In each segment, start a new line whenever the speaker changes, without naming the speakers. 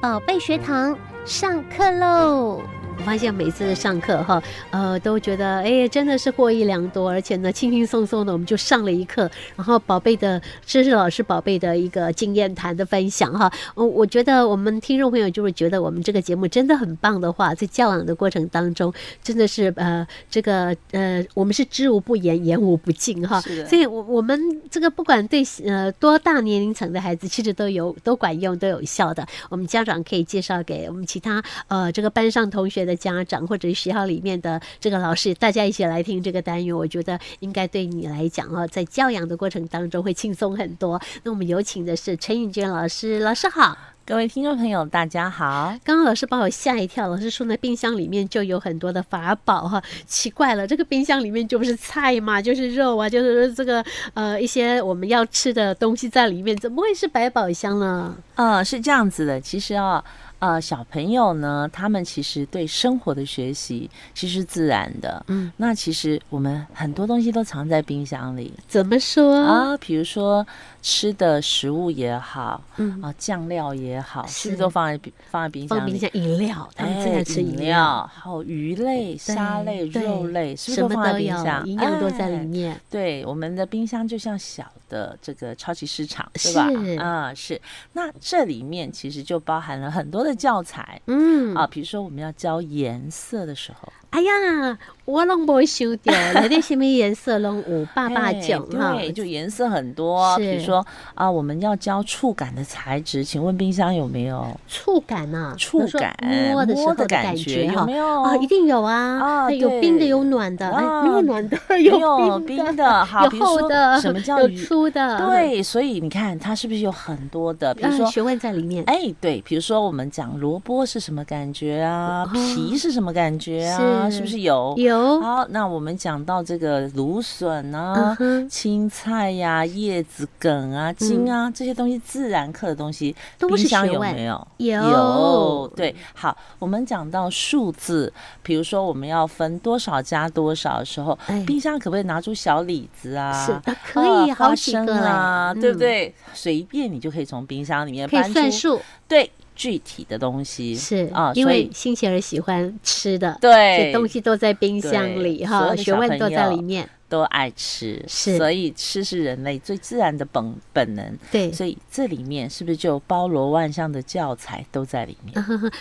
宝贝学堂上课喽！
我发现每次上课哈，呃，都觉得哎，真的是获益良多，而且呢，轻轻松松的我们就上了一课。然后宝贝的，这是老师宝贝的一个经验谈的分享哈。我、我觉得我们听众朋友就是觉得我们这个节目真的很棒的话，在教养的过程当中，真的是呃，这个呃，我们是知无不言，言无不尽哈。
是的
所以我，我们这个不管对呃多大年龄层的孩子，其实都有都管用，都有效的。我们家长可以介绍给我们其他呃这个班上同学的家长，或者是学校里面的这个老师，大家一起来听这个单元，我觉得应该对你来讲哈、在教养的过程当中会轻松很多。那我们有请的是陈颖娟老师，老师好。
各位听众朋友，大家好。
刚刚老师把我吓一跳，老师说呢，冰箱里面就有很多的法宝哈、奇怪了，这个冰箱里面就不是菜嘛，就是肉啊，就是这个呃一些我们要吃的东西在里面，怎么会是百宝箱呢？
呃，是这样子的，其实啊、呃，小朋友呢，他们其实对生活的学习其实是自然的。
嗯，
那其实我们很多东西都藏在冰箱里
怎么说？
啊，比如说吃的食物也好，
嗯，
啊，酱料也好，
是
是不是都放在冰放在冰箱
放
里？哎
冰箱饮料，他们最爱吃
饮料，，还有鱼类、沙类、
对
肉类，是不是
什
都
么
放在
都
冰
有，
箱？
营养都在
哎
里面。
对，我们的冰箱就像小的这个超级市场，
是
对吧？啊、是。那这里面其实就包含了很多的教材
嗯，
啊，比如说我们要教颜色的时候，
哎呀，我拢没想到，来点什么颜色拢有爸爸
哎
讲哈，
对，就颜色很多。比如
是
说啊，我们要教触感的材质，请问冰箱有没有
触感呐，
触
比如说
感？
摸的时候
的
感
觉
哈
有没有？
啊，一定有啊，
啊
哎有
对
冰的，有暖的，哎
啊
没有暖的，
有
冰
冰的好
有
比如
厚
说
的，
什么叫
有
鱼
粗的，，
对，所以你看它是不是有很多的？比如
啊，
说
学问在里面，
哎，对，比如说我们讲萝卜是什么感觉啊，皮是什么感觉啊，
哦是
是不是有？
有，
好，那我们讲到这个芦笋
嗯
啊、
哼，嗯
青菜呀、叶子、梗啊、茎啊、这些东西，自然课的东西，
都是
冰箱
学
有
问
没有？
有
有，对，好，我们讲到数字，比如说我们要分多少加多少的时候，
哎
冰箱可不可以拿出小李子啊？
是的，可以
啊
好
花
几
生
个
啊，对
嗯？
不对？随便你就可以从冰箱里面
哎可
搬
以
出
算数，
对具体的东西
是
啊，
因
所
为
以
星琪儿喜欢吃的，这
对
东西都在冰
对
箱里
所有
哈，
的
学
小
问
朋
都在
友
里面，
都爱吃，
是
所以吃是人类最自然的本本能，
对。
所以这里面是不是就包罗万象的教材都在里面？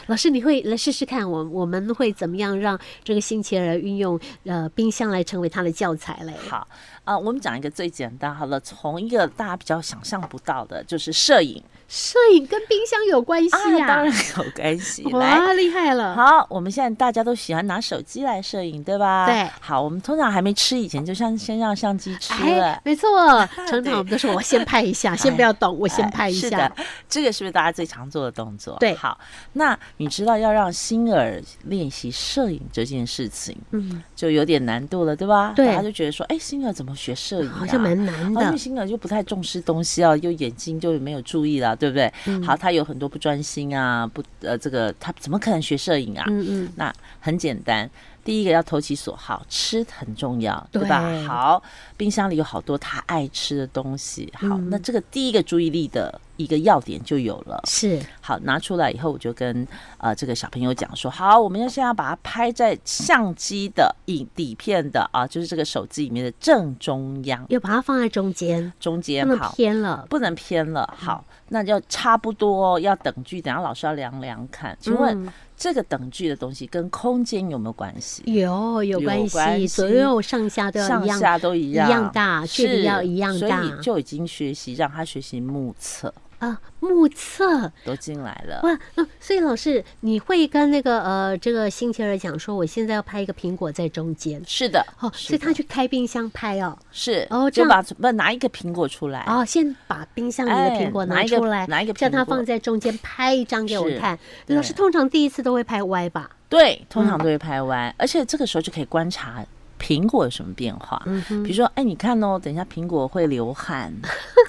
老师，你会来试试看我我们会怎么样让这个星期儿运用呃冰箱来成为他的教材嘞？
好啊、我们讲一个最简单好了，从一个大家比较想象不到的，就是摄影
摄影跟冰箱有关系
啊，
呀、
当然有关系。来，
哇，厉害了！
好，我们现在大家都喜欢拿手机来摄影，对吧？
对
好，我们通常还没吃以前，就像先让相机吃了。哎
哎，没 错，常常我们都说我先拍一下，先不要动，我先拍一
是
下
的。，这个是不是大家最常做的动作？
对
好，那你知道要让新儿练习摄影这件事情，
嗯，
就有点难度了，对吧？
对
大家就觉得说，哎，新儿怎么学摄影、啊？
好像蛮难
哦因
的
为。新儿就不太重视东西啊，又眼睛就没有注意了，对不对？
嗯
好，他有很多不专心啊，不呃，这个他怎么可能学摄影啊？
嗯嗯，
那很简单，第一个要投其所好，吃很重要，
对
对吧？好，冰箱里有好多他爱吃的东西，好，
嗯
那这个第一个注意力的一个要点就有了。
是
好，拿出来以后，我就跟呃这个小朋友讲说，好，我们要现在把它拍在相机的影底片的啊，就是这个手机里面的正中央
要把它放在中间，
中
不
间，
能
好，
偏嗯了。
不能偏了，好，那要差不多哦，要等距，等下老师要量量看，请问。
嗯
这个等距的东西跟空间有没有关系？
有有
有
关
关
系，
系
左右上下都要
上
啊一样。
下都一样，
一样大距离
是
要一样大
所以就已经学习让他学习目测
啊，目测
都进来了。
哇、嗯，所以老师，你会跟那个呃这个星期二讲说，我现在要拍一个苹果在中间，
是的，
哦，
是
所以他
的
去开冰箱拍哦，
是
哦这
就
样
把不拿一个苹果出来，
哦，先把冰箱里的苹果
哎
拿
拿一个
出来，
拿一个
叫他
苹果
放在中间拍一张给我
是
看。
对
老师通常第一次都会拍歪吧？
对，通
嗯
常都会拍歪，而且这个时候就可以观察苹果有什么变化。
嗯
比
哼，
如说，哎，你看哦，等一下苹果会流汗，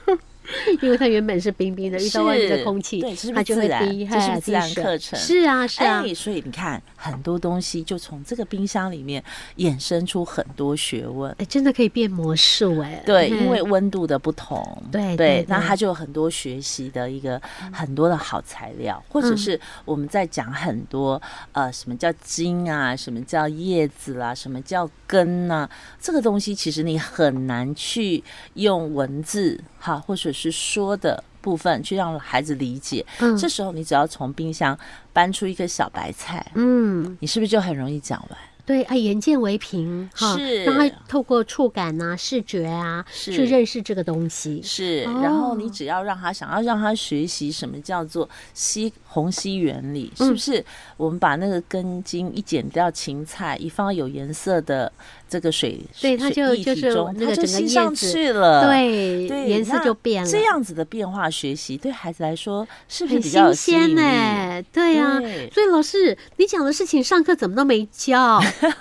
因为它原本是冰冰的，遇到外面的
是
空气
对，这是，不
它
是
就
自
会
然
低，
这是不
哎
是自然
低水
课程
是啊， 是啊，
哎，所以你看，很多东西就从这个冰箱里面衍生出很多学问。
哎，真的可以变魔术哎。
对，
嗯
因为温度的不同，
对对
对
对，
那它就有很多学习的一个很多的好材料，或者
嗯
是我们在讲很多呃，什么叫茎啊，什么叫叶子啦、什么叫根呐、这个东西其实你很难去用文字哈，或者是说的部分去让孩子理解。
嗯
这时候你只要从冰箱搬出一个小白菜，
嗯，
你是不是就很容易讲完？
对啊，眼见为凭哈，
是
让他透过触感啊、视觉啊
是
去认识这个东西。
是，
哦
然后你只要让他想要让他学习什么叫做西虹吸原理，是不
嗯
是？我们把那个根茎一剪掉，芹菜一放到有颜色的这个水，
对
水
它就
液体
就是
中
那个
它就
整个
吸
叶
上
子
去了，
对，
对，
颜色
那
就变了，
这样子的变化学习对孩子来说是不是
很
比较有
新
吸
鲜欸
引力？
呢、对呀、
对
所以老师，你讲的事情上课怎么都没 教，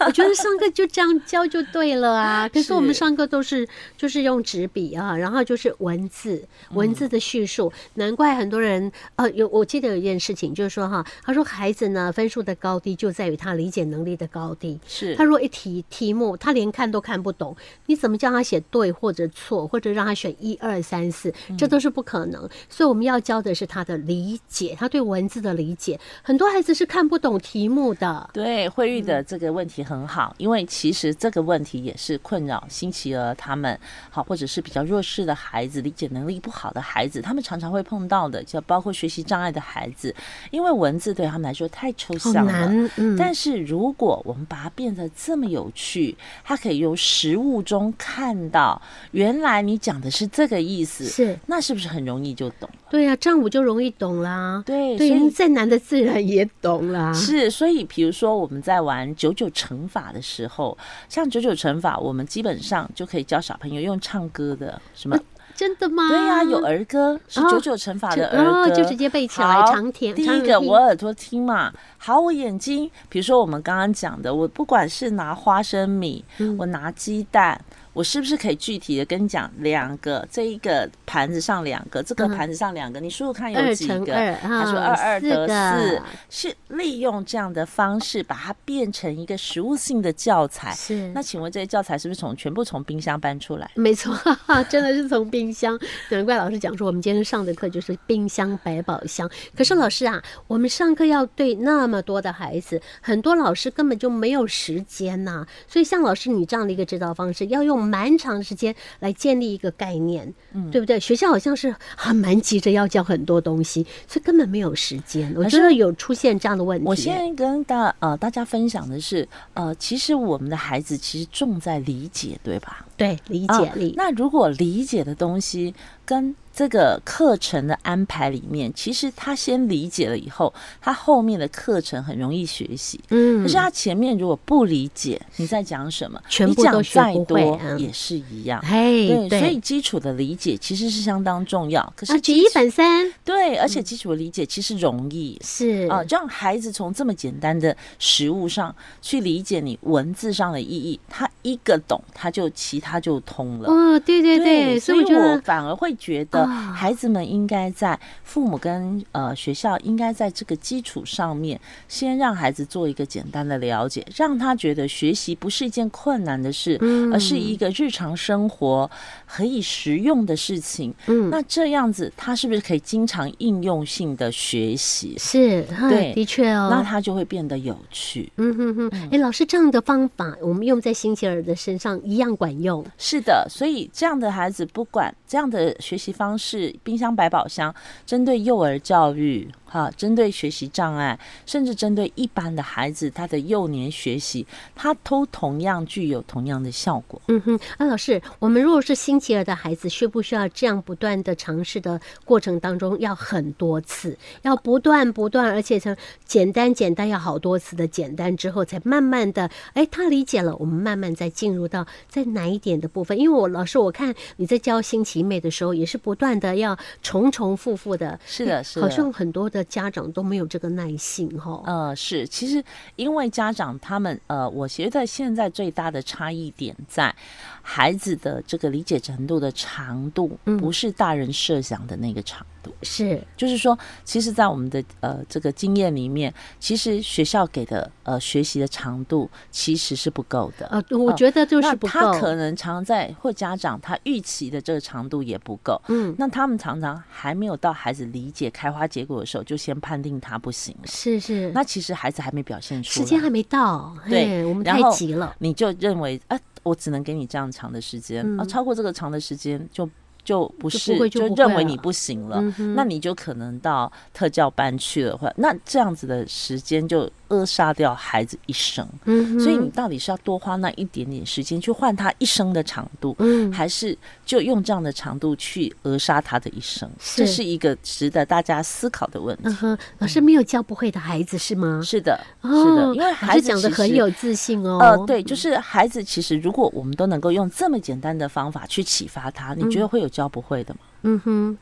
我觉得上课就这样教就对了啊。可是我们
是
上课都是就是用纸笔啊，然后就是文字，
嗯
文字的叙述，难怪很多人呃有我记得有一件事情就是说哈，他说孩子呢分数的高低就在于他理解能力的高低。
是
他如果一题题目，他连看都看不懂，你怎么叫他写对或者错，或者让他选一二三四，
嗯
这都是不可能。所以我们要教的是他的理解，他对文字的理解。很多孩子是看不懂题目的，
对，慧玉
嗯
的这个问题很好，因为其实这个问题也是困扰新奇儿他们，好或者是比较弱势的孩子、理解能力不好的孩子，他们常常会碰到的，就包括学习障碍的孩子，因为文字对他们来说太抽
好
象了。
难。嗯，
但是如果我们把它变得这么有趣，他可以由实物中看到，原来你讲的是这个意思，
是
那是不是很容易就懂？
对呀、这样我就容易懂啦。
对
对，
所以
你再难的自然也懂啦。
是，所以比如说我们在玩九九乘法的时候，像九九乘法，我们基本上就可以教小朋友用唱歌的，什么、
真的吗？
对呀、有儿歌是
嗯啊哦
九九乘法
这
的儿歌，
哦就直接背起来
好
常填
第
常
一个
听
我耳朵听嘛，好，我眼睛，比如说我们刚刚讲的，我不管是拿花生米，
嗯
我拿鸡蛋。我是不是可以具体的跟你讲两个？这一个盘子上两个，这个
嗯
盘子上两个，你数数看有
二
几
乘
个？
二
他说
啊
二二
四
得
个
四，是利用这样的方式把它变成一个实物性的教材。
是
那请问这些教材是不是从全部从冰箱搬出来？
没错， 哈哈，真的是从冰箱。难怪老师讲说，我们今天上的课就是冰箱百宝箱。可是老师啊，我们上课要对那么多的孩子，很多老师根本就没有时间呐、所以像老师你这样的一个指导方式，要用蛮长时间来建立一个概念，
嗯
对不对？学校好像是很蛮急着要教很多东西，所以根本没有时间。我觉
可是
得有出现这样的问题。
我现在跟大呃大家分享的是，呃，其实我们的孩子其实重在理解，对吧？
对理
啊
解力，
那如果理解的东西跟这个课程的安排里面，其实他先理解了以后，他后面的课程很容易学习。
嗯
可是啊他前面如果不理解你在讲什么，
全
你
部都
讲
学
再
不会
多
嗯
也是一样。
嘿，
对，所以
对，
基础的理解其实是相当重要。可
啊，
是哦
举
基
一
础、
反三
对，而且基础的理解其实容易
是
啊、让孩子从这么简单的食物上去理解你文字上的意义，他一个懂，他就其他就通了。
哦，对对对，
所
以
以
我觉
我
得
反而会觉得
啊
孩子们应该在父母跟呃学校应该在这个基础上面，先让孩子做一个简单的了解，让他觉得学习不是一件困难的事，
嗯
而是一个日常生活可以实用的事情。
嗯
那这样子，他是不是可以经常应用性的学习？
是，哈
对
的确
那
哦。
他就会变得有趣。
嗯哼哼，哎，老师这样的方法，我们用在星期儿的身上一样管用。
是的，所以这样的孩子，不管这样的学习方式，冰箱百宝箱，针对幼儿教育，哈、针对学习障碍，甚至针对一般的孩子，他的幼年学习，它都同样具有同样的效果。
嗯哼，啊，老师，我们如果是星期儿的孩子，需不需要这样不断的尝试的过程当中，要很多次，要不断不断，而且像简单简单要好多次的简单之后，才慢慢的，哎，他理解了，我们慢慢再进入到再难一点的部分。因为我老师，我看你在教星期妹的时候，也是不断的要重重复复的，
是的
哎
是
好
的
像很多的家长都没有这个耐性哈。
呃，是，其实因为家长他们，呃，我觉得现在最大的差异点在孩子的这个理解程度的长度，
嗯
不是大人设想的那个长度。
是，
就是说，其实，在我们的呃这个经验里面，其实学校给的呃学习的长度其实是不够的。
呃，我觉得就是
那
不够。
他可能常在或家长他预期的这个长度也不够，
嗯，
那他们常常还没有到孩子理解开花结果的时候，就先判定他不行了。
是是，
那其实孩子还没表现出
时
来，
间还没到，
对
嘿我们
然
太
后
急了。
你就认为啊，我只能给你这样长的时间，
嗯
啊，超过这个长的时间就就不，
就是不会就不会
认
了
为你不行了，
嗯哼
那你就可能到特教班去了，或那这样子的时间就扼杀掉孩子一生。
嗯哼，
所以你到底是要多花那一点点时间去换他一生的长度，
嗯
还是就用这样的长度去扼杀他的一生？
是
这是一个值得大家思考的问题。
嗯哼，老师没有教不会的孩子是吗？
是的，是
哦
的，因为
老
孩
师
子
讲的
其
很
实
有自信哦。
呃，对，就是孩子，其实如果我们都能够用这么简单的方法去启发他，你觉得会有教不会的吗？
嗯哼，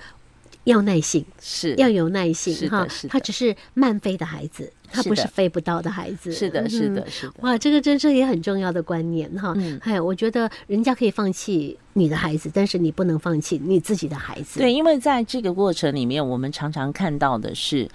要耐心，
是，
要有耐
是
心
的
哈
是。的
他只是慢飞的孩子，他
是
不是
的
飞不到的孩子。
是的，
嗯
是
哼
的，是的，
哇，这个真是也很重要的观念哈。
嗯
哎，我觉得人家可以放弃你的孩子，但是你不能放弃你自己的孩子。
对，因为在这个过程里面，我们常常看到的是。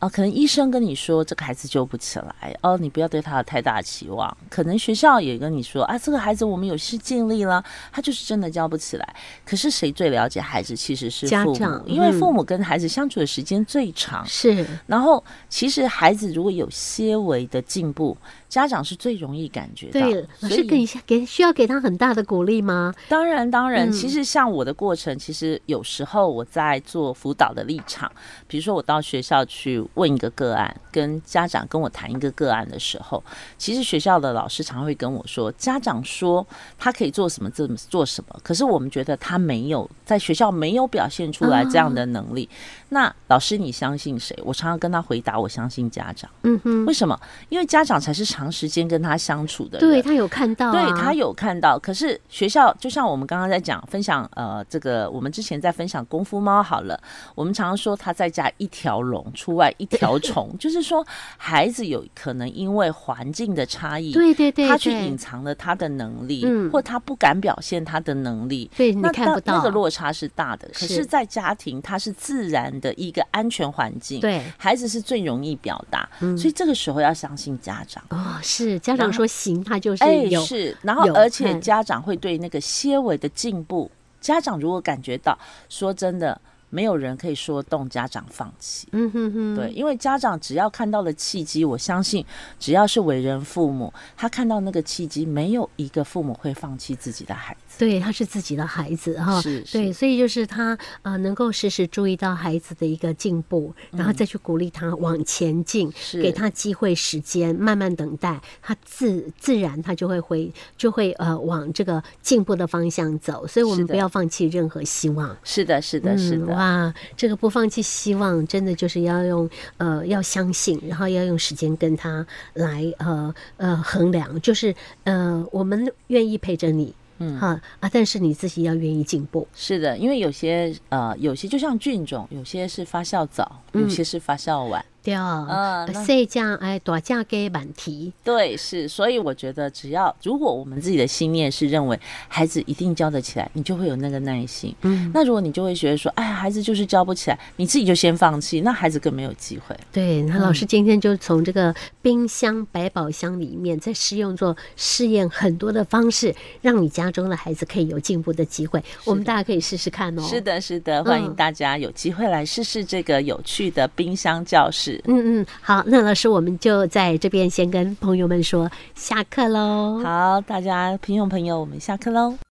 啊，可能医生跟你说这个孩子救不起来哦，你不要对他有太大期望。可能学校也跟你说啊，这个孩子我们有是尽力了，他就是真的教不起来。可是谁最了解孩子？其实是
家
父母
长，
因为
嗯
父母跟孩子相处的时间最长，
啊是，
然后，其实孩子如果有些微的进步，家长是最容易感觉到。
对，老
所
师
以
给给需要给他很大的鼓励吗？
当然当然，
嗯
其实像我的过程，其实有时候我在做辅导的立场，比如说我到学校去问一个个案，跟家长跟我谈一个个案的时候，其实学校的老师常会跟我说，家长说他可以做什么，这么做什么，可是我们觉得他没有在学校没有表现出来这样
啊
的能力。那老师，你相信谁？我常常跟他回答，我相信家长。
嗯哼，
为什么？因为家长才是长时间跟他相处的人，
对他有看到、啊，
对他有看到。可是学校就像我们刚刚在讲分享，呃，这个我们之前在分享功夫猫好了，我们常常说他在家一条龙，出外一条虫，就是说孩子有可能因为环境的差异，
对对对，
他去
对
隐藏了他的能力，
嗯
或他不敢表现他的能力。
对你
那
看
那
不到啊
那个落差是大的，可
是
是，在家庭，它是自然的一个安全环境，
对
孩子是最容易表达，
嗯
所以这个时候要相信家长。
哦，是家
然
长
后
说行，他就是
哎，
有，
是，然后
有嗯
而且
看
家长会对那个些微的进步，家长如果感觉到，说真的，没有人可以说动家长放弃。
嗯哼哼，
对，因为家长只要看到了契机，我相信只要是为人父母，他看到那个契机，没有一个父母会放弃自己的孩子。
对，他是自己的孩子哈，
是是
哦对，所以就是他啊、呃能够时时注意到孩子的一个进步，然
嗯
后再去鼓励他往前进，
是
给他机会、时间，慢慢等待，他自自然他就会回，就会呃往这个进步的方向走。所以我们
是的
不要放弃任何希望。
是的，是的，是
嗯，
的，
哇，这个不放弃希望，真的就是要用呃要相信，然后要用时间跟他来呃呃衡量，就是呃我们愿意陪着你。嗯哈啊，但是你自己要愿意进步，
是的，因为有些呃，有些就像菌种，有些是发酵早，
嗯
有些是发酵晚。
对
啊那
所以这样哎，大家给满题，
对，是，所以我觉得，只要如果我们自己的信念是认为孩子一定教得起来，你就会有那个耐心。
嗯，
那如果你就会觉得说，哎呀，孩子就是教不起来，你自己就先放弃，那孩子更没有机会。
对，那老师
嗯
今天就从这个冰箱、百宝箱里面，在试用做试验很多的方式，让你家中的孩子可以有进步的机会，我们大家可以试试看哦。
是的，是的，欢迎
嗯
大家有机会来试试这个有趣的冰箱教室。
嗯嗯，好，那老师，我们就在这边先跟朋友们说下课喽。
好，大家听众朋友，我们下课喽。